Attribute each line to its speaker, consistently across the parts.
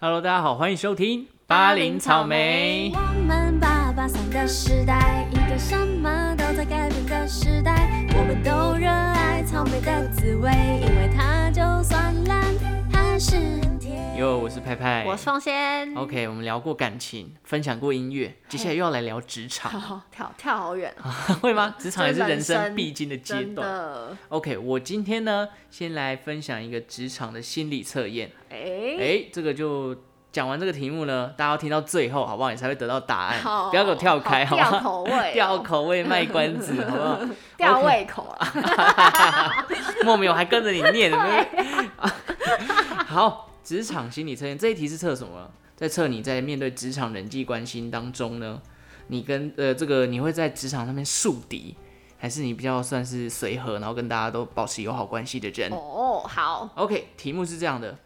Speaker 1: Hello，大家好，欢迎收听巴林草莓。
Speaker 2: 我们八八三的时代，一个什么都在改变的时代。我们都热爱草莓的滋味，因为它就算烂，还是很甜。
Speaker 1: 哟，我是派派，
Speaker 3: 我是凤仙。
Speaker 1: 哎 OK，我们聊过感情，分享过音乐，接下来又要来聊职场，
Speaker 3: 好跳跳好远，
Speaker 1: 会吗？职场也是
Speaker 3: 这是
Speaker 1: 人
Speaker 3: 人生
Speaker 1: 生必经的阶
Speaker 3: 真
Speaker 1: 段。
Speaker 3: 的。
Speaker 1: OK，我今天呢，先来分享一个职场的心理测验。哎、
Speaker 3: 哎，
Speaker 1: 这个就讲完这个题目呢，大家要听到最后，好不好？你才会得到答案，
Speaker 3: 好，
Speaker 1: 哎不要给我跳开，好
Speaker 3: 好
Speaker 1: 不好？
Speaker 3: 吊口味 哦，
Speaker 1: 吊口味卖关子，好不好？
Speaker 3: 吊胃口啊。
Speaker 1: 莫名我还跟着你念，好，职场心理测验这一题是测什么？在测你在面对职场人际关系当中呢，你跟呃这个你会在职场上面树敌，还是你比较算是随和，然后跟大家都保持友好关系的人、
Speaker 3: 哦，好，
Speaker 1: o k 题目是这样的，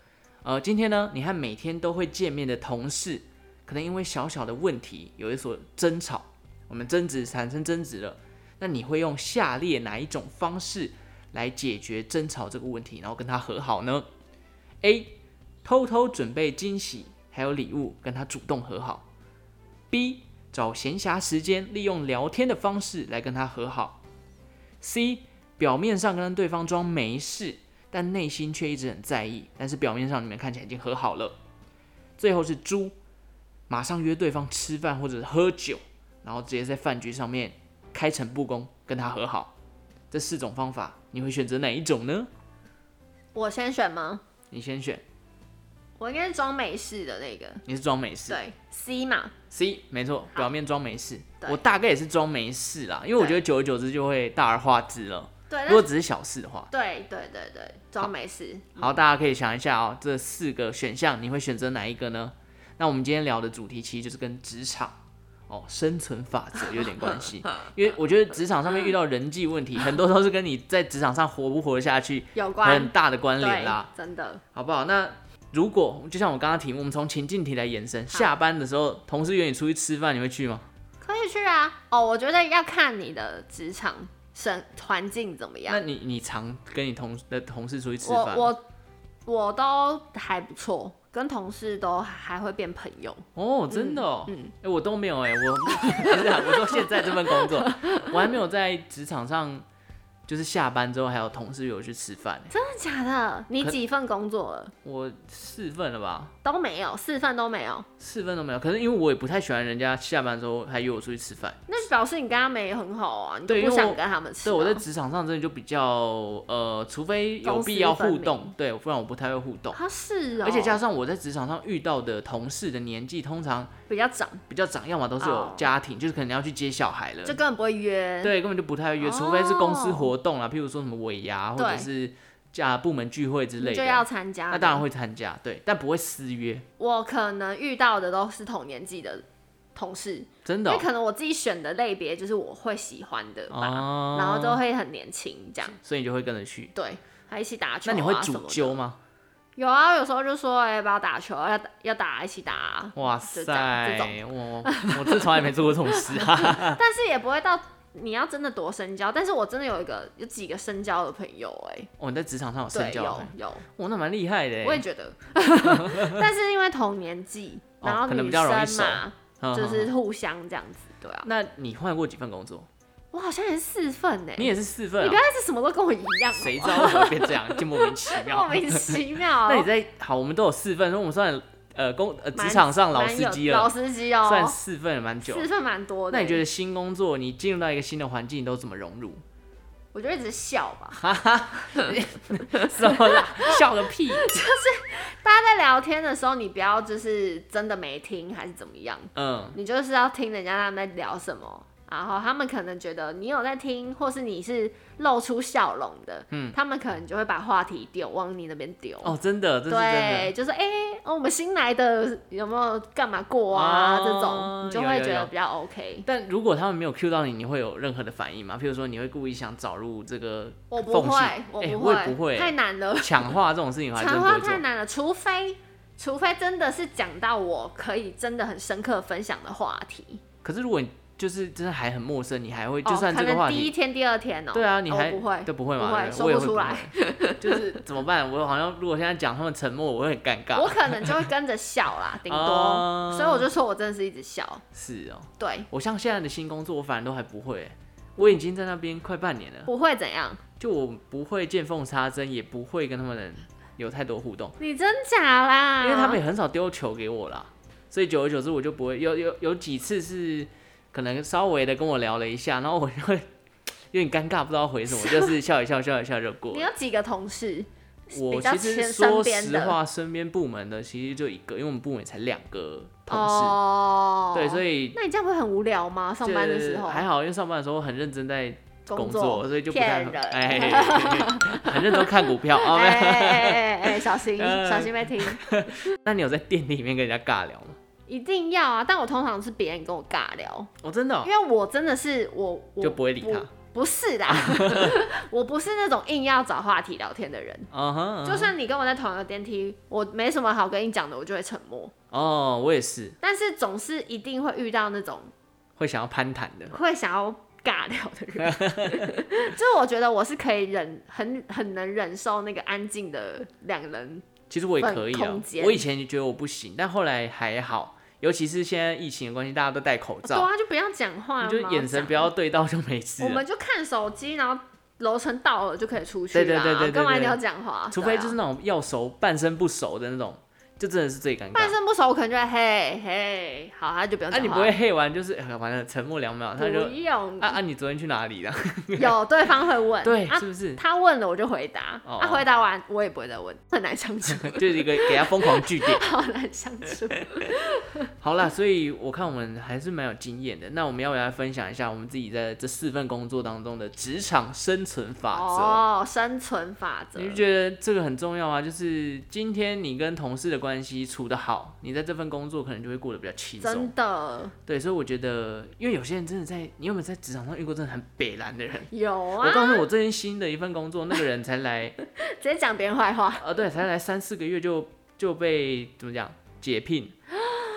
Speaker 1: 呃，今天呢，你和每天都会见面的同事，可能因为小小的问题有一所争吵，我们争执产生争执了，那你会用下列哪一种方式来解决争吵这个问题，然后跟他和好呢？A. 偷偷准备惊喜还有礼物，跟他主动和好。B. 找闲暇时间，利用聊天的方式来跟他和好。C. 表面上跟对方装没事，但内心却一直很在意，但是表面上你们看起来已经和好了。最后是猪，马上约对方吃饭或者是喝酒，然后直接在饭局上面开诚布公跟他和好。这四种方法，你会选择哪一种呢？
Speaker 3: 我先选吗？
Speaker 1: 你先选，
Speaker 3: 我应该是装美式的那个，
Speaker 1: 你是装没事。
Speaker 3: 对，C 嘛，
Speaker 1: C 没错，表面装没事。
Speaker 3: 对
Speaker 1: 我大概也是装没事啦，因为我觉得久而久之就会大而化之了。
Speaker 3: 对，
Speaker 1: 如
Speaker 3: 但
Speaker 1: 果只是小事的话，
Speaker 3: 对对对对，装美式，
Speaker 1: 好，大家可以想一下哦，这四个选项你会选择哪一个呢？那我们今天聊的主题其实就是跟职场哦生存法则有点关 系，因为我觉得职场上面遇到人际问题，很多都是跟你在职场上活不活得下去
Speaker 3: 有关
Speaker 1: 很大的关联
Speaker 3: 对
Speaker 1: 啦，，
Speaker 3: 真的
Speaker 1: 好不好？那如果就像我刚刚题目，我们从情境题来延伸，下班的时候同事约你出去吃饭，你会去吗？
Speaker 3: 可以去啊。哦，我觉得要看你的职场生环境怎么样
Speaker 1: 那。你你常跟你同的同事出去吃
Speaker 3: 我
Speaker 1: 饭？
Speaker 3: 我我都还不错，跟同事都还会变朋友。
Speaker 1: 哦，真的哦，嗯，哎、我都没有哎、我 不是啊，我说现在这份工作，我还没有在职场上，就是下班之后还有同事约我去吃饭、欸，
Speaker 3: 真的假的？你
Speaker 1: 可
Speaker 3: 几份工作了？
Speaker 1: 我四份了吧，
Speaker 3: 都没有，四份都没有，
Speaker 1: 四份都没有。可是因为我也不太喜欢人家下班之后还约我出去吃饭，
Speaker 3: 那表示你跟他们也很好啊，你就
Speaker 1: 对因
Speaker 3: 不
Speaker 1: 为我
Speaker 3: 想跟他们吃、
Speaker 1: 对
Speaker 3: 啊。
Speaker 1: 我在职场上真的就比较呃，除非有
Speaker 3: 公私
Speaker 1: 必要互
Speaker 3: 分
Speaker 1: 动，对，不然我不太会互动。
Speaker 3: 他是哦，
Speaker 1: 而且加上我在职场上遇到的同事的年纪，通常
Speaker 3: 比较长，
Speaker 1: 比较长，要么都是有
Speaker 3: 哦
Speaker 1: 家庭就是可能要去接小孩了，
Speaker 3: 就根本不会约。
Speaker 1: 对，根本就不太会约，
Speaker 3: 哦
Speaker 1: 除非是公司活动啦，譬如说什么尾牙或者是加部门聚会之类的，
Speaker 3: 你就要参加。
Speaker 1: 那当然，会参加，对，但不会私约，
Speaker 3: 我可能遇到的都是同年纪的同事，
Speaker 1: 真
Speaker 3: 因
Speaker 1: 的
Speaker 3: 为
Speaker 1: 哦、
Speaker 3: 可能我自己选的类别就是我会喜欢的吧，
Speaker 1: 哦
Speaker 3: 然后都会很年轻这样，
Speaker 1: 所以你就会跟着去。
Speaker 3: 对，还一起打球、
Speaker 1: 那
Speaker 3: 啊。
Speaker 1: 你会
Speaker 3: 什
Speaker 1: 主
Speaker 3: 么的
Speaker 1: 揪吗？
Speaker 3: 有啊，有时候就说哎、要不要打球，要打要打一起打啊、
Speaker 1: 哇
Speaker 3: 就这样这
Speaker 1: 塞，
Speaker 3: 种
Speaker 1: 我我这从来没做过这种事 啊！
Speaker 3: 但是也不会到你要真的多深交。但是我真的有一个有几个深交的朋友哎、
Speaker 1: 哦，你在职场上有深
Speaker 3: 对，
Speaker 1: 交的
Speaker 3: 有
Speaker 1: 朋友，哎
Speaker 3: 有，
Speaker 1: 哇，那蛮厉害的耶。欸
Speaker 3: 我也觉得， 但是因为同年纪，
Speaker 1: 哦
Speaker 3: 然后
Speaker 1: 可能比
Speaker 3: 女
Speaker 1: 较
Speaker 3: 生
Speaker 1: 容易熟
Speaker 3: 嘛，
Speaker 1: 嗯
Speaker 3: 就是
Speaker 1: 嗯嗯
Speaker 3: 互相这样子，对啊。
Speaker 1: 那你换过几份工作？
Speaker 3: 我好像也是四份呢、
Speaker 1: 你也是四份
Speaker 3: 你不
Speaker 1: 啊
Speaker 3: 要？一直什么都跟我一样，哦
Speaker 1: 谁知道为什么会变这样？就莫名其妙
Speaker 3: 莫。名其 妙。哦
Speaker 1: 那你在好，我们都有四份，所以我们算呃工呃
Speaker 3: 蛮
Speaker 1: 职场上老
Speaker 3: 蛮
Speaker 1: 司
Speaker 3: 有
Speaker 1: 机
Speaker 3: 老
Speaker 1: 了，
Speaker 3: 司机哦、
Speaker 1: 算四份也蛮久了
Speaker 3: 四。份蛮多的、哎
Speaker 1: 那你觉得？新工作，你进入到一个新的环境，你都怎么融 入？
Speaker 3: 我就一直笑吧。
Speaker 1: 什么啦？笑个屁！
Speaker 3: 大家在聊天的时候，你不要就是真的没听还是怎么样，
Speaker 1: 嗯，
Speaker 3: 你就是要听人家他们在聊什么。然后他们可能觉得你有在听，或是你是露出笑容的，嗯，他们可能就会把话题丢往你那边丢。
Speaker 1: 哦，真的，这是
Speaker 3: 对，
Speaker 1: 真
Speaker 3: 就是哎、哦，我们新来的有没有干嘛过啊？
Speaker 1: 哦
Speaker 3: 这种你就会
Speaker 1: 有有
Speaker 3: 觉得
Speaker 1: 有
Speaker 3: 比较 OK。
Speaker 1: 的。但如果他们没有 cue 到你，你会有任何的反应吗？譬如说，你会故意想找入这个
Speaker 3: 我不
Speaker 1: 缝隙？
Speaker 3: 会，我
Speaker 1: 哎
Speaker 3: 不
Speaker 1: 我
Speaker 3: 会，
Speaker 1: 也不会。
Speaker 3: 太难了，
Speaker 1: 抢话这种事情，我还真
Speaker 3: 长
Speaker 1: 不会
Speaker 3: 话
Speaker 1: 做
Speaker 3: 太。难了，除非除非真的是讲到我可以真的很深刻分享的话题。
Speaker 1: 可是如果你就是真的还很陌生，你还会
Speaker 3: 哦
Speaker 1: 就算这
Speaker 3: 可
Speaker 1: 个
Speaker 3: 能
Speaker 1: 话
Speaker 3: 第一
Speaker 1: 题，
Speaker 3: 天、第二天哦。
Speaker 1: 对啊，你
Speaker 3: 哦
Speaker 1: 还、
Speaker 3: 不会
Speaker 1: 都不会嘛，
Speaker 3: 不会
Speaker 1: 对
Speaker 3: 说
Speaker 1: 我也
Speaker 3: 不
Speaker 1: 会
Speaker 3: 出
Speaker 1: 不
Speaker 3: 来
Speaker 1: 会 就是怎么办？我好像如果现在讲他们沉默，我会很尴
Speaker 3: 我
Speaker 1: 尬。
Speaker 3: 可能就会跟着笑 啦，顶多
Speaker 1: 哦。
Speaker 3: 所以我就说我真的是一直笑。
Speaker 1: 是哦，
Speaker 3: 对，
Speaker 1: 我像现在的新工作，我反而都还不会欸，我已经在那边快半年了，
Speaker 3: 不会怎样。
Speaker 1: 就我不会见缝插针，也不会跟他们人有太多互动。
Speaker 3: 你真假啦？
Speaker 1: 因为他们也很少丢球给我啦，所以久而久之我就不会有有有几次是可能稍微的跟我聊了一下，然后我就会 有点尴尬，不知道回什么， 就是笑一笑笑一笑就过
Speaker 3: 你
Speaker 1: 了。
Speaker 3: 有几个同事？
Speaker 1: 我
Speaker 3: 比较
Speaker 1: 其实
Speaker 3: 偏
Speaker 1: 说
Speaker 3: 身边
Speaker 1: 实
Speaker 3: 的
Speaker 1: 话，身边部门的其实就一个，因为我们部门也才两个同事，
Speaker 3: 哦，
Speaker 1: 对，所以
Speaker 3: 那你这样不会很无聊吗？上班的时候
Speaker 1: 就还好，因为上班的时候很认真在工
Speaker 3: 作，
Speaker 1: 所以就不太
Speaker 3: 骗
Speaker 1: 会
Speaker 3: 人。
Speaker 1: 哎，很认真看股票
Speaker 3: 哎
Speaker 1: 啊。
Speaker 3: 哎
Speaker 1: 没有
Speaker 3: 哎哎哎，小心
Speaker 1: 呃
Speaker 3: 小心被听，
Speaker 1: 那你有在店里面跟人家尬聊吗？
Speaker 3: 一定要啊！但我通常是别人跟我尬聊，
Speaker 1: 哦，真的哦
Speaker 3: 因，为我真的是我我
Speaker 1: 就不会理他。
Speaker 3: 不 是的，我不是那种硬要找话题聊天的人。
Speaker 1: 嗯哼，嗯哼
Speaker 3: 就算你跟我在同一个电梯，我没什么好跟你讲的，我就会沉默。
Speaker 1: 哦，我也是
Speaker 3: 但是总是一定会遇到那种
Speaker 1: 会想要攀谈的。
Speaker 3: 会想要尬聊的人， 就是我觉得我是可以忍，很很能忍受那个安静的两人。
Speaker 1: 其实我也可以
Speaker 3: 分
Speaker 1: 啊
Speaker 3: 空间，
Speaker 1: 我以前就觉得我不行，但后来还好，尤其是现在疫情的关系，大家都戴口
Speaker 3: 对
Speaker 1: 罩，
Speaker 3: 啊，就不要讲话
Speaker 1: 你
Speaker 3: 嘛，
Speaker 1: 就眼神不要对到就没事
Speaker 3: 我
Speaker 1: 了
Speaker 3: 们。就看手机，然后楼层到了就可以出去
Speaker 1: 对
Speaker 3: 啦。
Speaker 1: 对对对对对
Speaker 3: 干嘛一定要讲话？
Speaker 1: 除非就是
Speaker 3: 对啊
Speaker 1: 那种要熟半生不熟的那种，就真的是最尴
Speaker 3: 半
Speaker 1: 尬。
Speaker 3: 生不熟，我可能就会嘿嘿，好，他就不用
Speaker 1: 啊，
Speaker 3: 讲话。
Speaker 1: 你不会黑完就是呃完了沉默两秒，他就
Speaker 3: 不用
Speaker 1: 啊啊，你昨天去哪里了？
Speaker 3: 有对方会问，
Speaker 1: 对，
Speaker 3: 啊
Speaker 1: 是，不是？
Speaker 3: 他问了我就回答，
Speaker 1: 哦
Speaker 3: 啊，回答完我也不会再问，很难相 处，
Speaker 1: 就是一个给他疯狂据点。
Speaker 3: 好难相处。
Speaker 1: 好啦，所以我看我们还是蛮有经验的。那我们要不要来分享一下我们自己在这四份工作当中的职场生存法则。
Speaker 3: 哦，生存法则
Speaker 1: 你，就觉得这个很重要啊，就是今天你跟同事的关系处得好，你在这份工作可能就会过得比较轻松。
Speaker 3: 真的
Speaker 1: 对，所以我觉得，因为有些人真的在，你有没有在职场上遇过真的很北蓝的人？
Speaker 3: 有啊
Speaker 1: 我，告诉你，我最近新的一份工作，那个人才 来，
Speaker 3: 直接讲别人坏话，
Speaker 1: 呃，对，才来三四个月就就被怎么讲解 聘，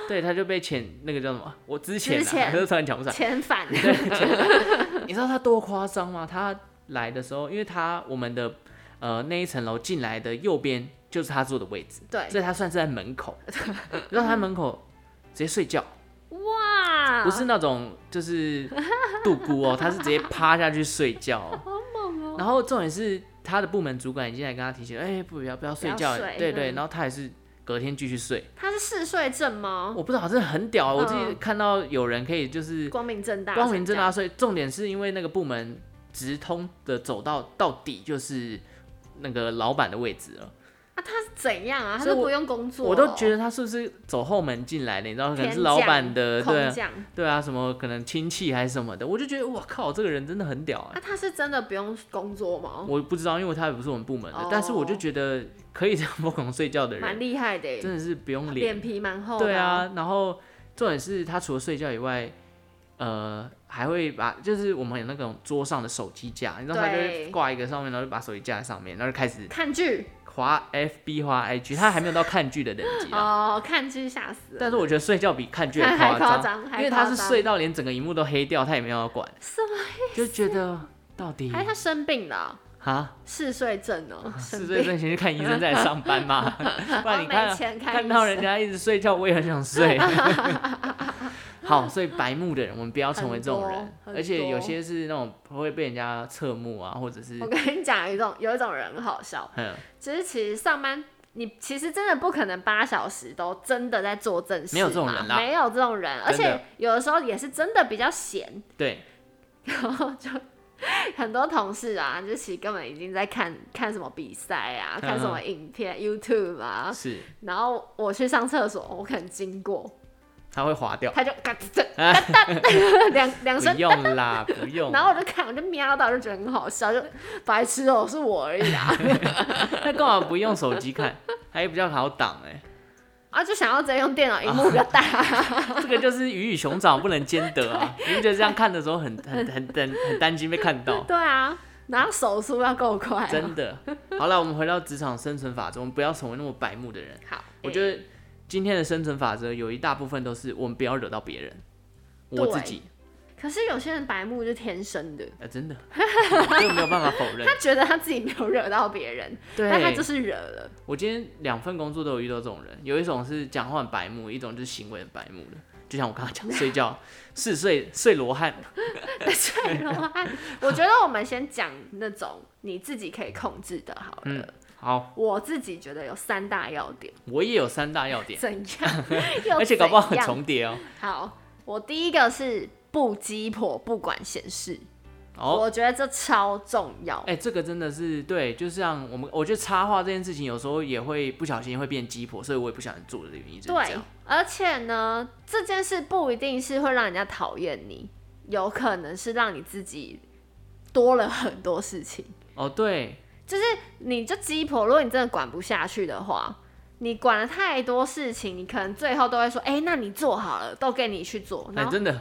Speaker 1: 对，他就被遣那个叫什么？我之前、啊，
Speaker 3: 之前
Speaker 1: 就突然讲不出来，
Speaker 3: 遣返，
Speaker 1: 你知道他多夸张吗？他来的时候，因为他我们的呃那一层楼进来的右边就是他坐的位置，
Speaker 3: 对，
Speaker 1: 所以他算是在门 口，然后他门口直接睡觉，
Speaker 3: 哇，
Speaker 1: 不是那种就是度孤哦，他是直接趴下去睡觉 哦、然后重点是他的部门主管已经来跟他提醒，哎、不要不要睡觉，
Speaker 3: 不要睡
Speaker 1: 对对，
Speaker 3: 嗯
Speaker 1: 然后他还是隔天继续睡，
Speaker 3: 他是嗜睡症吗？
Speaker 1: 我不知道，真的很屌哦，我自己
Speaker 3: 嗯
Speaker 1: 看到有人可以就是
Speaker 3: 光明正大，
Speaker 1: 光明正大睡，重点是因为那个部门直通的走到到底就是那个老板的位置了。
Speaker 3: 啊，他是怎样啊？他
Speaker 1: 所以
Speaker 3: 都
Speaker 1: 我
Speaker 3: 不用工作哦，
Speaker 1: 我都觉得他是不是走后门进来的？你知道，可能
Speaker 3: 天
Speaker 1: 是老板的，
Speaker 3: 降
Speaker 1: 对啊
Speaker 3: 空降
Speaker 1: 对啊，什么可能亲戚还是什么的，我就觉得哇靠，这个人真的很屌啊
Speaker 3: 啊，！他是真的不用工作吗？
Speaker 1: 我不知道，因为他也不是我们部门的，
Speaker 3: 啊哦
Speaker 1: 但是我就觉得可以这样 疯狂睡觉的
Speaker 3: 蛮
Speaker 1: 人，
Speaker 3: 厉害的耶，
Speaker 1: 真的是不用
Speaker 3: 脸
Speaker 1: 脸。
Speaker 3: 皮蛮厚的，
Speaker 1: 对，啊，然后重点是他除了睡觉以外，呃，还会把就是我们有那种桌上的手机架，你知道他就
Speaker 3: 对
Speaker 1: 会挂一个上面，然后就把手机架在上面，然后就开始
Speaker 3: 看剧
Speaker 1: 滑 FB 滑 IG，他还没有到看剧的等级啊。
Speaker 3: 哦，看剧吓死了，
Speaker 1: 但是我觉得睡觉比看剧还
Speaker 3: 还 夸
Speaker 1: 夸
Speaker 3: 张还
Speaker 1: 因为他
Speaker 3: 夸
Speaker 1: 是
Speaker 3: 张
Speaker 1: 睡到连整个荧幕都黑掉，他也没有要管，
Speaker 3: 什么？
Speaker 1: 就觉得到底
Speaker 3: 还是他生病了啊？
Speaker 1: 啊，
Speaker 3: 嗜睡症哦，
Speaker 1: 四
Speaker 3: 生
Speaker 1: 岁
Speaker 3: 病。
Speaker 1: 之前去看医生再来上班 嘛，不然你
Speaker 3: 我
Speaker 1: 看
Speaker 3: 没钱看医
Speaker 1: 看
Speaker 3: 生
Speaker 1: 到人家一直睡觉，我也很想睡。 好，所以白目的人，我们不要成为这种
Speaker 3: 很
Speaker 1: 人
Speaker 3: 多，很多
Speaker 1: 而且有些是那种会被人家侧目啊，或者是
Speaker 3: 我跟你讲，有一种有一种人很好笑，
Speaker 1: 嗯，
Speaker 3: 就是其实上班你其实真的不可能八小时都真的在做正事嘛，
Speaker 1: 没有这种人啦
Speaker 3: 没有这种人，而
Speaker 1: 真的
Speaker 3: 且有的时候也是真的比较闲，
Speaker 1: 对，
Speaker 3: 然后就 很多同事啊，就其实根本已经在看看什么比赛
Speaker 1: 嗯
Speaker 3: 啊，看什么影片、YouTube 啊，
Speaker 1: 是
Speaker 3: 然后我去上厕所，我可能经过，
Speaker 1: 他会划掉，啊
Speaker 3: 他就嘎吱嘎噔两两
Speaker 1: 不
Speaker 3: 声
Speaker 1: 用啦，不用。
Speaker 3: 然后我就看，我就瞄到，就觉得很好笑，就白痴哦、是我而已啊，
Speaker 1: 那干嘛不用手机看？还比较好挡哎、
Speaker 3: 啊，就想要直接用电脑荧幕比较大，
Speaker 1: 这个就是鱼与熊掌不能兼得啊！你不觉得这样看的时候很很很很很担心被看到？
Speaker 3: 对啊，然后手速要够快啊、
Speaker 1: 真的。 好了，我们回到职场生存法则，我们不要成为那么白目的人。
Speaker 3: 好，
Speaker 1: 我
Speaker 3: 得
Speaker 1: 觉得今天的生存法则有一大部分都是我们不要惹到别人，
Speaker 3: 对
Speaker 1: 我自己。
Speaker 3: 可是有些人白目就天生的，
Speaker 1: 呃， 真的，这个没有办法否认
Speaker 3: 他。觉得他自己没有惹到别人，
Speaker 1: 对，
Speaker 3: 但他就是 惹了。
Speaker 1: 我今天两份工作都有遇到这种人，有一种是讲话很白目，一种就是行为很白目的。就像我刚刚讲睡 觉，嗜睡睡罗汉，
Speaker 3: 对然后他我觉得我们先讲那种你自己可以控制的，好了。
Speaker 1: 嗯，好，
Speaker 3: 我自己觉得有三大要点，
Speaker 1: 我也有三大要 点，
Speaker 3: 怎 样？又
Speaker 1: 而且搞不好
Speaker 3: 怎
Speaker 1: 很
Speaker 3: 样
Speaker 1: 重叠哦。
Speaker 3: 好，我第一个是不鸡婆，不管闲事，
Speaker 1: 哦，
Speaker 3: 我觉得这超重要。
Speaker 1: 哎、这个真的是对，就像我们，我觉得插画这件事情有时候也会不小心会变鸡婆，所以我也不想做的原因就是这
Speaker 3: 对
Speaker 1: 样。，
Speaker 3: 而且呢，这件事不一定是会让人家讨厌你，有可能是让你自己多了很多事情。
Speaker 1: 哦，对，
Speaker 3: 就是你就鸡婆，如果你真的管不下去的话，你管了太多事情，你可能最后都会说，哎、那你做好了，都给你去做，
Speaker 1: 哎、
Speaker 3: 然后、
Speaker 1: 真的，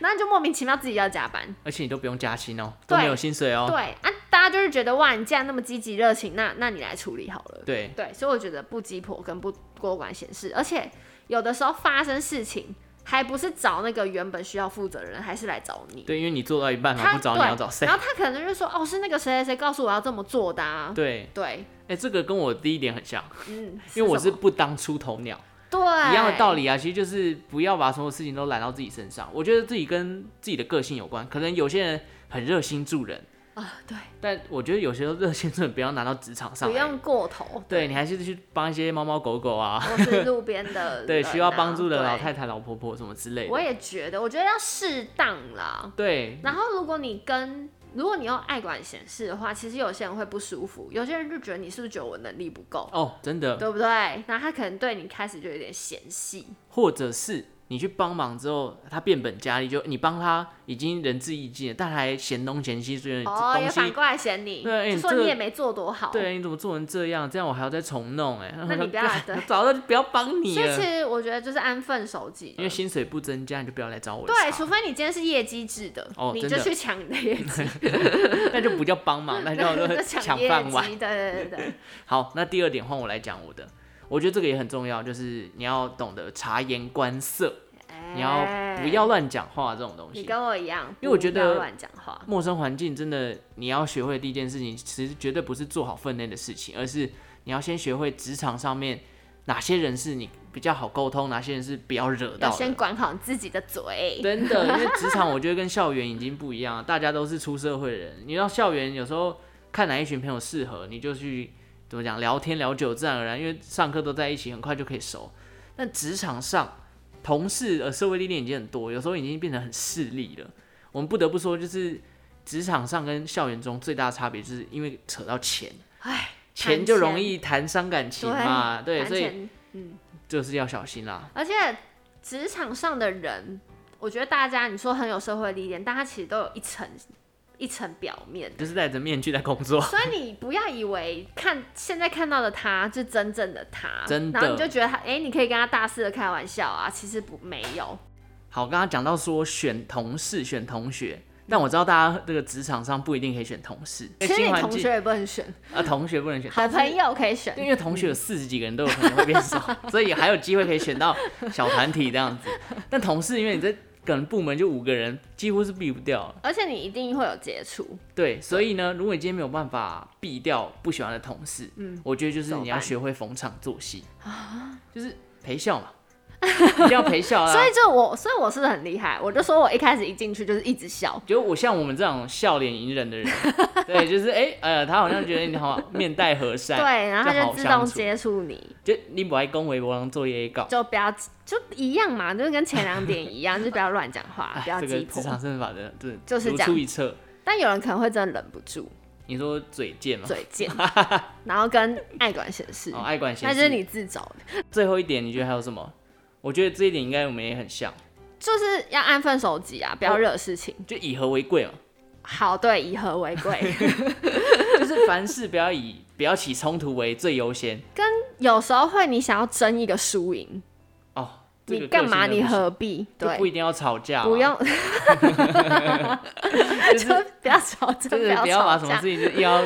Speaker 3: 然后你就莫名其妙自己要加班。
Speaker 1: 而且你都不用加薪哦，都
Speaker 3: 对
Speaker 1: 没有薪水哦。
Speaker 3: 对啊，大家就是觉得哇，你既然那么积极热情，那那你来处理好了。
Speaker 1: 对，
Speaker 3: 对，所以我觉得不鸡婆跟不多管闲事，而且有的时候发生事情，还不是找那个原本需要负责的人，还是来找你。
Speaker 1: 对，因为你做到一半，好
Speaker 3: 他
Speaker 1: 像不找你
Speaker 3: 对
Speaker 1: 要找谁
Speaker 3: 然？后他可能就说：“哦，是那个谁谁谁告诉我要这么做的、啊。
Speaker 1: 对，”
Speaker 3: 对，
Speaker 1: 哎、这个跟我第一点很像，
Speaker 3: 嗯，
Speaker 1: 因为我
Speaker 3: 什
Speaker 1: 是
Speaker 3: 么
Speaker 1: 不当出头鸟。
Speaker 3: 对
Speaker 1: 一样的道，理啊，其实就是不要把所有事情都揽到自己身上。我觉得自己跟自己的个性有关，可能有些人很热心助人，
Speaker 3: 啊，对，
Speaker 1: 但我觉得有些时候热心助人不要拿到职场上
Speaker 3: 不
Speaker 1: 来。
Speaker 3: 用过头，
Speaker 1: 对，你还是去帮一些猫猫狗狗啊，
Speaker 3: 我是路边的人 啊，
Speaker 1: 对，需要帮助的老
Speaker 3: 对
Speaker 1: 太太、老婆婆什么之类
Speaker 3: 我
Speaker 1: 的。
Speaker 3: 也觉得，我觉得要适当啦。
Speaker 1: 对，
Speaker 3: 然后，如果你跟如果你又爱管闲事的话，其实有些人会不舒服，有些人就觉得你是不是觉得我能力不够，
Speaker 1: 哦，真的，
Speaker 3: 对不对？然后他可能对你开始就有点嫌隙，
Speaker 1: 或者是你去帮忙之后，他变本加厉，就你帮他已经仁至义尽了，但还嫌东嫌西，所以
Speaker 3: 哦，
Speaker 1: 哎东
Speaker 3: 也反
Speaker 1: 西。
Speaker 3: 过来嫌你，
Speaker 1: 对哎
Speaker 3: 就
Speaker 1: 你
Speaker 3: 说
Speaker 1: 这个
Speaker 3: 你也没做多好。
Speaker 1: 对，你怎么做成这样？这样我还要再重弄哎、
Speaker 3: 那你不要 对
Speaker 1: 早就不要帮你
Speaker 3: 所以
Speaker 1: 了
Speaker 3: 其。实我觉得就是安分守己的，
Speaker 1: 因为薪水不增加，你就不要来找我
Speaker 3: 对，
Speaker 1: 查，
Speaker 3: 除非你今天是业绩制的，
Speaker 1: 哦
Speaker 3: 你
Speaker 1: 真
Speaker 3: 就
Speaker 1: 的
Speaker 3: 去抢你的业绩，
Speaker 1: 那就不叫帮忙， 那
Speaker 3: 就
Speaker 1: 叫
Speaker 3: 抢
Speaker 1: 抢
Speaker 3: 业
Speaker 1: 饭碗。
Speaker 3: 绩，对对对对，
Speaker 1: 好，那第二点换我来讲我的，我觉得这个也很重要，就是你要懂得察言观色， 你要
Speaker 3: 哎
Speaker 1: 不要乱讲话这种东
Speaker 3: 你
Speaker 1: 西。
Speaker 3: 跟我一样，
Speaker 1: 因为我觉得
Speaker 3: 不要乱讲话，
Speaker 1: 陌生环境真的，你要学会的第一件事情，其实绝对不是做好分内的事情，而是你要先学会职场上面哪些人是你比较好沟通，哪些人是不要惹
Speaker 3: 要
Speaker 1: 到的
Speaker 3: 先。管好你自己的嘴。
Speaker 1: 真的，因为职场我觉得跟校园已经不一样了，大家都是出社会的人。你到校园有时候看哪一群朋友适合，你就去怎么讲聊天聊久，自然而然，因为上课都在一起，很快就可以熟。但职场上，同事呃社会历练已经很多，有时候已经变得很势利了。我们不得不说，就是职场上跟校园中最大的差别，就是因为扯到钱，
Speaker 3: 唉，
Speaker 1: 钱就容易谈伤感情
Speaker 3: 对
Speaker 1: 嘛，对，
Speaker 3: 谈
Speaker 1: 所以
Speaker 3: 钱
Speaker 1: 就是要小心啦。
Speaker 3: 嗯而且职场上的人，我觉得大家你说很有社会历练，但他其实都有一层一层表面。
Speaker 1: 就是戴着面具在工作，
Speaker 3: 所以你不要以为看现在看到的他是真正的他，
Speaker 1: 真的
Speaker 3: 然后你就觉得他，哎、你可以跟他大肆的开玩笑啊，其实不没有，
Speaker 1: 好，刚刚讲到说选同事、选同学，但我知道大家这个职场上不一定可以选同事，
Speaker 3: 其实
Speaker 1: 哎新
Speaker 3: 你
Speaker 1: 环
Speaker 3: 同
Speaker 1: 境
Speaker 3: 学也不能选，
Speaker 1: 啊，同学不能选，
Speaker 3: 好朋友可以选，
Speaker 1: 因为同学有四十几个人都有可能会变少， 所以还有机会可以选到小团体这样子。但同事，因为你这可能部门就五个人，几乎是避不掉了。
Speaker 3: 而且你一定会有接触，
Speaker 1: 对，所以呢，如果你今天没有办法避掉不喜欢的同事，嗯，我觉得就是
Speaker 3: 怎么
Speaker 1: 你要
Speaker 3: 办啊
Speaker 1: 学会逢场作戏就是陪笑嘛， 一定要陪笑啊啦。
Speaker 3: 所以就我，所以我是不是很厉害，我就说我一开始一进去就是一直笑，
Speaker 1: 就我像我们这种笑脸隐忍的 人，对，就是哎、呃，他好像觉得你好面带和善，
Speaker 3: 对，然后他
Speaker 1: 就
Speaker 3: 就
Speaker 1: 好
Speaker 3: 自
Speaker 1: 相
Speaker 3: 动
Speaker 1: 处
Speaker 3: 接触你，
Speaker 1: 就你不爱恭维我让作业搞，
Speaker 3: 就不要就一样嘛，就跟前两点一 样，就不要乱讲话，
Speaker 1: 哎
Speaker 3: 不要
Speaker 1: 这个
Speaker 3: 鸡
Speaker 1: 职
Speaker 3: 婆。
Speaker 1: 场政法的，对，
Speaker 3: 就是
Speaker 1: 如
Speaker 3: 这样
Speaker 1: 出一辙。
Speaker 3: 但有人可能会真的忍不 住
Speaker 1: 你说嘴贱嘛，
Speaker 3: 嘴 贱，然后跟爱管闲事
Speaker 1: 哦，，爱管闲
Speaker 3: 那
Speaker 1: 事。
Speaker 3: 就是你自找的，
Speaker 1: 最后一点，你觉得还有什么？我觉得这一点应该我们也很像，
Speaker 3: 就是要安分守己啊，不要惹事情。
Speaker 1: 就以和为贵 嘛，
Speaker 3: 好，对，以和为 贵。
Speaker 1: 就是凡事不要以不要起冲突为最优先
Speaker 3: 有时候会你想要争一个输赢，
Speaker 1: 哦。这
Speaker 3: 你
Speaker 1: 个
Speaker 3: 干嘛？
Speaker 1: 个性
Speaker 3: 你
Speaker 1: 真的
Speaker 3: 何必？
Speaker 1: 不行就不一
Speaker 3: 对，
Speaker 1: 定要吵架嘛，啊
Speaker 3: 不用，
Speaker 1: 就是
Speaker 3: 就不要吵 架，
Speaker 1: 就是不要把
Speaker 3: 要
Speaker 1: 什
Speaker 3: 吵
Speaker 1: 么
Speaker 3: 架
Speaker 1: 事。情就硬要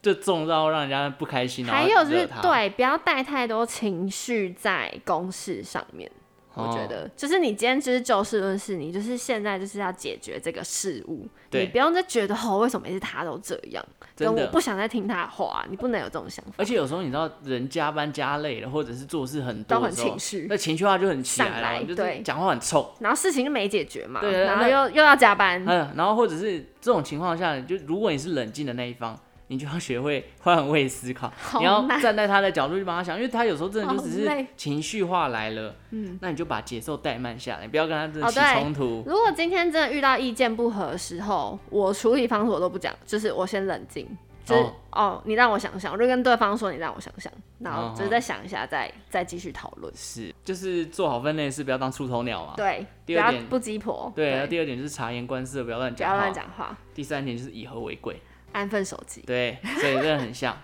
Speaker 1: 就中到让人家不开心，然后
Speaker 3: 还有就
Speaker 1: 惹
Speaker 3: 是
Speaker 1: 他
Speaker 3: 对，不要带太多情绪在公事上面。我
Speaker 1: 哦
Speaker 3: 觉得，就是你今天就是就事论事，你就是现在就是要解决这个事物，
Speaker 1: 对
Speaker 3: 你不用再觉得哦，为什么每次他都这样，
Speaker 1: 真
Speaker 3: 跟
Speaker 1: 的
Speaker 3: 我不想再听他的话，你不能有这种想法，
Speaker 1: 而且有时候你知道，人加班加累了，或者是做事很多
Speaker 3: 都
Speaker 1: 的
Speaker 3: 很
Speaker 1: 时候，
Speaker 3: 情绪
Speaker 1: 那情绪化就很起
Speaker 3: 上
Speaker 1: 来
Speaker 3: 来
Speaker 1: 了，就是
Speaker 3: 对
Speaker 1: 讲话很臭。
Speaker 3: 然后事情就没解决嘛，
Speaker 1: 对对
Speaker 3: 然后
Speaker 1: 那
Speaker 3: 又又要加班，
Speaker 1: 嗯，然后或者是这种情况下，就如果你是冷静的那一方，你就要学会换位思考，
Speaker 3: 好
Speaker 1: 你要
Speaker 3: 难
Speaker 1: 站在他的角度去帮他想，因为他有时候真的就只
Speaker 3: 好
Speaker 1: 是
Speaker 3: 累
Speaker 1: 情绪化来了，
Speaker 3: 嗯，
Speaker 1: 那你就把节奏怠慢下来，不要跟他真的
Speaker 3: 哦
Speaker 1: 起
Speaker 3: 对
Speaker 1: 冲突。
Speaker 3: 如果今天真的遇到意见不合的时候，我处理方式我都不讲，就是我先冷静，就是
Speaker 1: 哦
Speaker 3: 哦你让我想想，我就跟对方说你让我想想，然
Speaker 1: 哦
Speaker 3: 后
Speaker 1: 哦
Speaker 3: 就是再想一下，再再继续讨论。
Speaker 1: 是，就是做好分内事，不要当出头鸟嘛。
Speaker 3: 对，不
Speaker 1: 第二
Speaker 3: 要
Speaker 1: 点
Speaker 3: 不鸡婆，
Speaker 1: 对，然后第二点就是察言观色，不要乱
Speaker 3: 不
Speaker 1: 讲
Speaker 3: 要
Speaker 1: 话。
Speaker 3: 乱讲话，
Speaker 1: 第三点就是以和为贵。
Speaker 3: 安分守己。
Speaker 1: 对，所以真的很像。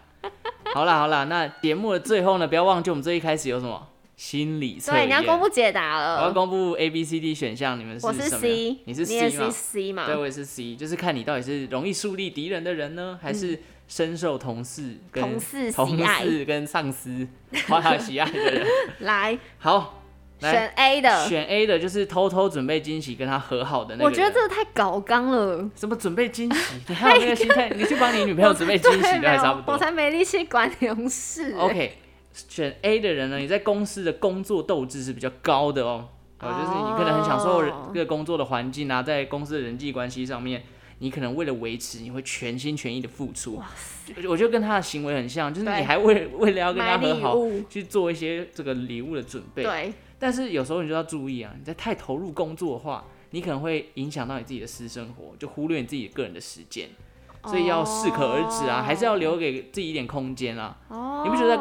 Speaker 1: 好啦好啦，那节目的最后呢，不要忘记我们最一开始有什么心理测
Speaker 3: 所
Speaker 1: 验。
Speaker 3: 以你要公布解答
Speaker 1: 我要
Speaker 3: 了，
Speaker 1: 公布 A B C D 选项，你们是
Speaker 3: 我
Speaker 1: 什么
Speaker 3: C，
Speaker 1: 你是
Speaker 3: 你
Speaker 1: C
Speaker 3: 也是
Speaker 1: 吗？
Speaker 3: C 嘛
Speaker 1: 对，？我也是 C，就是看你到底是容易树立敌人的人呢，还是深受同事跟
Speaker 3: 嗯同事喜
Speaker 1: 同
Speaker 3: 爱
Speaker 1: 事跟上司 夸他喜爱的人。
Speaker 3: 来
Speaker 1: 好，
Speaker 3: 选
Speaker 1: 来
Speaker 3: A 的，
Speaker 1: 选 A 的，就是偷偷准备惊喜跟他和好的那个人。
Speaker 3: 我觉得这个太搞纲了。
Speaker 1: 什么准备惊 喜，你还有那个心态，你去帮你女朋友准备惊喜
Speaker 3: 对
Speaker 1: 都还
Speaker 3: 没有
Speaker 1: 差不多
Speaker 3: 哎我。 才没力气管你同 事。
Speaker 1: OK，选 A 的人呢，你在公司的工作斗志是比较高的哦。哦，就是你可能很享受人
Speaker 3: 哦
Speaker 1: 这个工作的环境啊，在公司的人际关系上面，你可能为了维持，你会全心全意的付出。就我觉得跟他的行为很像，就是你
Speaker 3: 对
Speaker 1: 还为为了要跟他
Speaker 3: 买
Speaker 1: 和
Speaker 3: 礼
Speaker 1: 好
Speaker 3: 物，
Speaker 1: 去做一些这个礼物的准备。
Speaker 3: 对，
Speaker 1: 但是有时候你就要注意啊，你在太投入工作的话，你可能会影响到你自己的私生活，就忽略你自己个人的时间，
Speaker 3: 哦
Speaker 1: 所以要适可而止啊，还是要留给自己一点空间啊。
Speaker 3: 哦，
Speaker 1: 你不觉得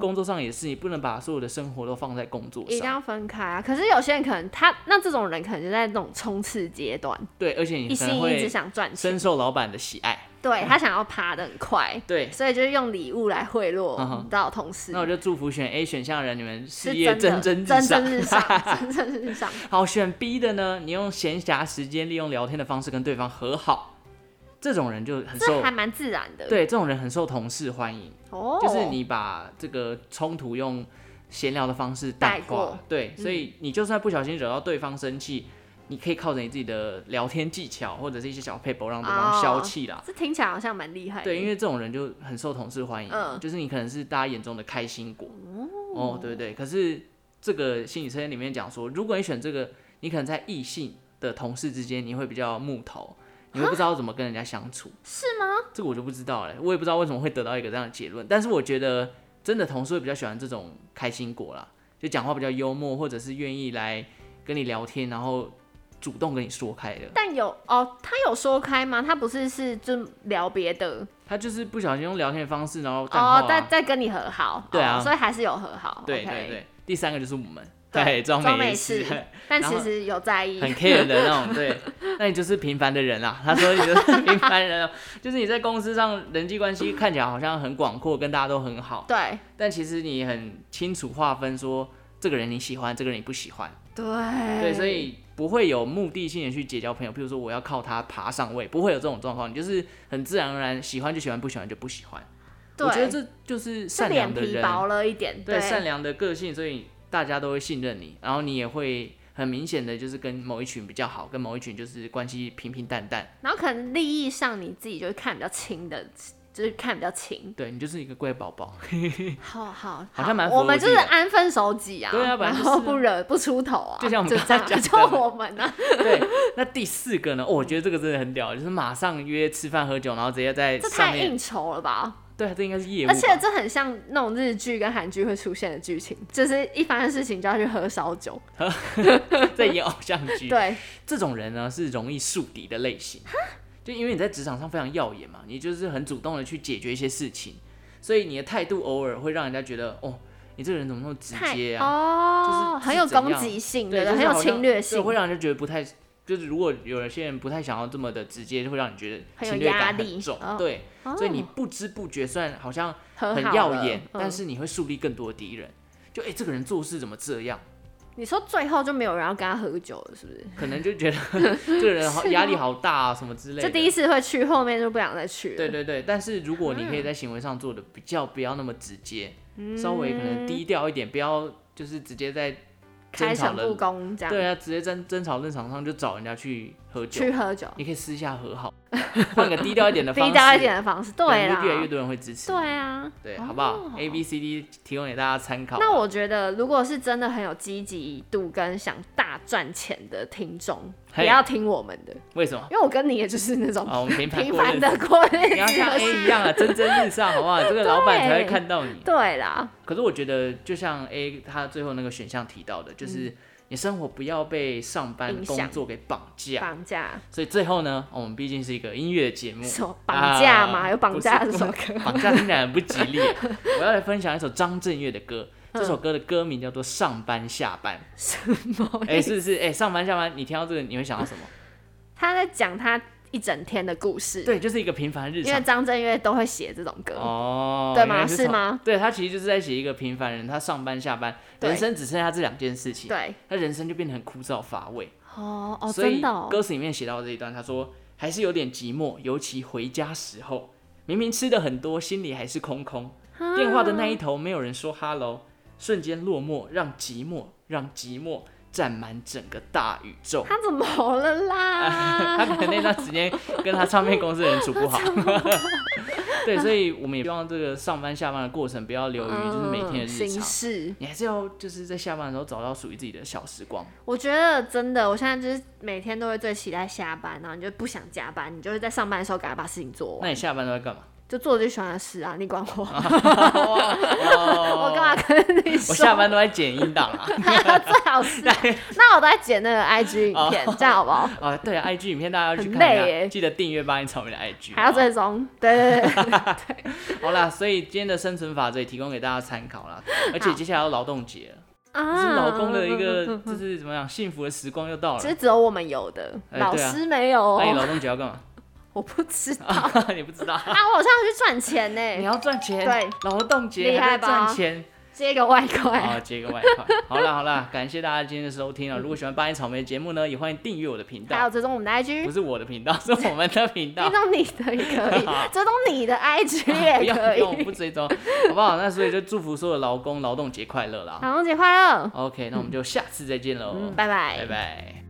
Speaker 1: 工作上也是，你不能把所有的生活都放在工作
Speaker 3: 一定
Speaker 1: 上。
Speaker 3: 要分开啊！可是有些人可能他那这种人可能就在那种冲刺阶段，
Speaker 1: 对，而且
Speaker 3: 一
Speaker 1: 你可
Speaker 3: 心
Speaker 1: 能
Speaker 3: 一直
Speaker 1: 会
Speaker 3: 想赚钱
Speaker 1: 深，受老板的喜爱。
Speaker 3: 对他想要爬得很快，
Speaker 1: 对，
Speaker 3: 所以就是用礼物来贿
Speaker 1: 嗯哼
Speaker 3: �赂到同事
Speaker 1: 那。我就祝福选 A 选项的人，你们事
Speaker 3: 是
Speaker 1: 业蒸
Speaker 3: 真
Speaker 1: 蒸
Speaker 3: 的蒸
Speaker 1: 上。
Speaker 3: 蒸日上，蒸蒸日上。
Speaker 1: 好，选 B 的呢，你用闲暇时间利用聊天的方式跟对方和好，这种人就很
Speaker 3: 这
Speaker 1: 受
Speaker 3: 还蛮自然的。，
Speaker 1: 对，这种人很受同事欢迎，
Speaker 3: 哦，
Speaker 1: 就是你把这个冲突用闲聊的方式淡
Speaker 3: 带
Speaker 1: 化
Speaker 3: 过。嗯
Speaker 1: 对，所以你就算不小心惹到对方生气。你可以靠着你自己的聊天技巧，或者是一些小配博让对方消
Speaker 3: 哦
Speaker 1: 气啦。
Speaker 3: 这听起来好像蛮厉害的。
Speaker 1: 对，因为这种人就很受同事欢迎，
Speaker 3: 嗯
Speaker 1: 就是你可能是大家眼中的开心果。哦，对对。可是这个心理测验里面讲说，如果你选这个，你可能在异性的同事之间，你会比较木头，你会不知道怎么跟人家相处，啊是吗？这个我就不知道了，我也不知道为什么会得到一个这样的结论。但是我觉得，真的同事会比较喜欢这种开心果啦，就讲话比较幽默，或者是愿意来跟你聊天，然后主动跟你说开的。
Speaker 3: 但有哦，他有说开吗？他不是是就聊别的
Speaker 1: 他就是不小心用聊天的方式，然后淡化、啊
Speaker 3: 哦，再再跟你和好。
Speaker 1: 对啊
Speaker 3: 哦所以还是有和好。
Speaker 1: 对
Speaker 3: OK
Speaker 1: 对对，第三个就是我们，
Speaker 3: 对
Speaker 1: 对，装
Speaker 3: 装
Speaker 1: 没
Speaker 3: 没事
Speaker 1: 很
Speaker 3: 但
Speaker 1: 然
Speaker 3: 其
Speaker 1: 后
Speaker 3: 实有在意，
Speaker 1: care 的那种， 对，那你就是平凡的人啦。他说你就是 平凡人哦，就是你在公司上人际关系看起来好像很广阔，跟大家都很好，
Speaker 3: 对
Speaker 1: 但其实你很清楚划分说这个人你喜欢，这个人你不喜欢，
Speaker 3: 对
Speaker 1: 对，所以不会有目的性的去结交朋友，譬如说我要靠他爬上位，不会有这种状况，你就是很自然而然喜欢就喜欢，不喜欢就不喜欢。
Speaker 3: 对
Speaker 1: 我觉得这就是
Speaker 3: 是
Speaker 1: 善良
Speaker 3: 脸
Speaker 1: 的
Speaker 3: 皮
Speaker 1: 人，
Speaker 3: 薄了一点，
Speaker 1: 对善良的个性，所以大家都会信任你，然后你也会很明显的就是跟某一群比较好，跟某一群就是关系平平淡淡，
Speaker 3: 然后可能利益上你自己就会看比较清的，就是看比较清。
Speaker 1: 对你就是一个乖宝 宝。
Speaker 3: 好好，
Speaker 1: 好像蛮符合
Speaker 3: 我们就是
Speaker 1: 我自己的
Speaker 3: 安分守己 啊，
Speaker 1: 对啊本来
Speaker 3: 然
Speaker 1: 就是
Speaker 3: 后不惹不出头啊，
Speaker 1: 就像我们
Speaker 3: 就这样
Speaker 1: 刚才讲
Speaker 3: 就
Speaker 1: 的嘛
Speaker 3: 我们啊，
Speaker 1: 对，那第四个呢？哦，我觉得这个真的很屌，就是马上约吃饭喝酒，然后直接在
Speaker 3: 这
Speaker 1: 上
Speaker 3: 太
Speaker 1: 面
Speaker 3: 应，酬了吧？
Speaker 1: 对，这应该是业务吧，
Speaker 3: 而且这很像那种日剧跟韩剧会出现的剧情，就是一发生事情就要去喝烧酒，
Speaker 1: 在演偶像剧。
Speaker 3: 对，
Speaker 1: 这种人呢是容易树敌的类型，就因为你在职场上非常耀眼嘛，你就是很主动的去解决一些事情，所以你的态度偶尔会让人家觉得，哦，你这个人怎么那么直
Speaker 3: 太
Speaker 1: 接啊？
Speaker 3: 哦，
Speaker 1: 就是
Speaker 3: 很有
Speaker 1: 是怎
Speaker 3: 攻
Speaker 1: 样
Speaker 3: 击性，
Speaker 1: 对，
Speaker 3: 不
Speaker 1: 就是
Speaker 3: 很有
Speaker 1: 好像
Speaker 3: 侵略
Speaker 1: 对
Speaker 3: 性，
Speaker 1: 会让人家觉得不太，就是如果有些人不太想要这么的直接，就会让你觉得
Speaker 3: 很有
Speaker 1: 侵略感
Speaker 3: 压
Speaker 1: 很
Speaker 3: 力
Speaker 1: 重。
Speaker 3: 哦
Speaker 1: 对，
Speaker 3: 哦
Speaker 1: 所以你不知不觉虽然好像
Speaker 3: 很
Speaker 1: 很
Speaker 3: 好
Speaker 1: 耀
Speaker 3: 了
Speaker 1: 眼，但
Speaker 3: 嗯
Speaker 1: 是你会树立更多的敌人。就哎、诶这个人做事怎么这样？
Speaker 3: 你说最后就没有人要跟他喝酒了，是不是？
Speaker 1: 可能就觉得 这个人好
Speaker 3: 是
Speaker 1: 压
Speaker 3: 吗
Speaker 1: 力好大啊，什么之类的。
Speaker 3: 这第一次会去，后面就不想再去了。
Speaker 1: 对对对，但是如果你
Speaker 3: 嗯
Speaker 1: 可以在行为上做的比较不要那么直接，稍微可能低调一点，不要就是直接在争
Speaker 3: 开诚
Speaker 1: 吵
Speaker 3: 布
Speaker 1: 了
Speaker 3: 公这样，
Speaker 1: 对啊，直接在争吵论场上就找人家去喝酒
Speaker 3: 去，喝酒，
Speaker 1: 你可以私下和好， 换个低调一点的方式，
Speaker 3: 低调一点的方式，
Speaker 1: 可能
Speaker 3: 对啦，
Speaker 1: 会越来越多人会支持，
Speaker 3: 对啊，
Speaker 1: 对，
Speaker 3: 哦
Speaker 1: 好不好？A B C D 提供给大家参考。
Speaker 3: 那我觉得，如果是真的很有积极度跟想大赚钱的听众，
Speaker 1: 嘿
Speaker 3: 也要听我们的，
Speaker 1: 为 什么？
Speaker 3: 因为我跟你也就是那种
Speaker 1: 啊，我们平凡
Speaker 3: 平
Speaker 1: 过日
Speaker 3: 凡的
Speaker 1: 子，
Speaker 3: 过日
Speaker 1: 你要像 A 一
Speaker 3: 子。
Speaker 1: 样 啊，蒸蒸日上，好不好？这个老板才会看到你。
Speaker 3: 对啦，
Speaker 1: 可是我觉得，就像 A 他最后那个选项提到
Speaker 3: 嗯
Speaker 1: 的，就是你生活不要被上班
Speaker 3: 影响
Speaker 1: 工作给绑架。
Speaker 3: 绑架
Speaker 1: 所以最后呢，哦我们毕竟是一个音乐节目，
Speaker 3: 什么绑架嘛？
Speaker 1: 啊
Speaker 3: 有绑架
Speaker 1: 不
Speaker 3: 这
Speaker 1: 是
Speaker 3: 首 歌
Speaker 1: 绑架听起来很不吉利。我要来分享一首张震岳的歌，这首歌的歌名叫做《上班下班》。
Speaker 3: 什么？
Speaker 1: 哎、是不是？哎、上班下班，你听到这个你会想到什 么？
Speaker 3: 他在讲他一整天的故事，
Speaker 1: 对，就是一个平凡日
Speaker 3: 因为
Speaker 1: 常。
Speaker 3: 张震岳都会写这种歌，
Speaker 1: 哦，
Speaker 3: 对吗
Speaker 1: 原来
Speaker 3: 是
Speaker 1: 从
Speaker 3: 吗？
Speaker 1: 对他其实就是在写一个平凡人，他上班下班，
Speaker 3: 对
Speaker 1: 人生只剩下这两件事情，
Speaker 3: 对，
Speaker 1: 他人生就变得很枯燥乏味。
Speaker 3: 哦哦，
Speaker 1: 所以
Speaker 3: 真的、哦，
Speaker 1: 歌词里面写到这一段，他说还是有点寂寞，尤其回家时候，明明吃的很多，心里还是空空。电话的那一头没有人说 hello，瞬间落寞，让寂寞，让寂寞占满整个大宇宙。
Speaker 3: 他怎么了
Speaker 1: 他
Speaker 3: 啦？
Speaker 1: 可能那段时间跟他唱片公司的人处 不好。 对，所以我们也希望这个上班下班的过程不要流于
Speaker 3: 嗯
Speaker 1: 就是每天的日
Speaker 3: 形
Speaker 1: 常，
Speaker 3: 式，
Speaker 1: 你还是要就是在下班的时候找到属于自己的小时光。
Speaker 3: 我觉得真的，我现在就是每天都会最期待下班，然后你就不想加班，你就是在上班的时候赶快把事情做
Speaker 1: 那
Speaker 3: 完，
Speaker 1: 你下班都在干嘛？
Speaker 3: 就做自己喜欢的事啊，你管我，
Speaker 1: 我
Speaker 3: 我干嘛？跟你说？
Speaker 1: 我下班都在剪音档啊！
Speaker 3: 最好是，那我都在剪那个 IG 影片，这样好不好？
Speaker 1: 啊，对啊，IG 影片大家要去
Speaker 3: 很
Speaker 1: 看
Speaker 3: 累
Speaker 1: 一下，
Speaker 3: 耶
Speaker 1: 记得订阅八音草莓的 IG。
Speaker 3: 还要追踪，对对 对对，
Speaker 1: 好啦，所以今天的生存法则也提供给大家参考 啦。而且接下来要劳动节了，这
Speaker 3: 啊
Speaker 1: 是老公的一个，
Speaker 3: 嗯
Speaker 1: 就是怎么样，幸福的时光又到了
Speaker 3: 其。实只有我们有的，
Speaker 1: 哎
Speaker 3: 老
Speaker 1: 对啊
Speaker 3: 师没有
Speaker 1: 那你
Speaker 3: 哦，
Speaker 1: 劳动节要干嘛？
Speaker 3: 我不知道 啊，
Speaker 1: 啊，你不知道，
Speaker 3: 我好像要去赚钱
Speaker 1: 你
Speaker 3: 呢，
Speaker 1: 要赚钱，
Speaker 3: 对，
Speaker 1: 劳动节
Speaker 3: 厉
Speaker 1: 还
Speaker 3: 害
Speaker 1: 在赚
Speaker 3: 吧
Speaker 1: 钱，
Speaker 3: 接个外
Speaker 1: 啊，
Speaker 3: 快，
Speaker 1: 接个外快。 好啦好啦，感谢大家今天的收听啊！如果喜欢八音草莓的节目呢，也欢迎订阅我的频
Speaker 3: 还有
Speaker 1: 道，
Speaker 3: 追踪我们的 IG
Speaker 1: 不。是我的频道，是我们的频
Speaker 3: 追
Speaker 1: 道。啊
Speaker 3: 踪 你的也 可以，追踪你的 IG
Speaker 1: 不
Speaker 3: 也
Speaker 1: 要
Speaker 3: 可
Speaker 1: 不用，我
Speaker 3: 以。
Speaker 1: 不追踪，好不好？那所以就祝福所有劳工劳动节快乐啦
Speaker 3: 好，节快乐，
Speaker 1: ！OK，那我们就下次再见喽，
Speaker 3: 嗯，拜拜
Speaker 1: 哦拜。拜。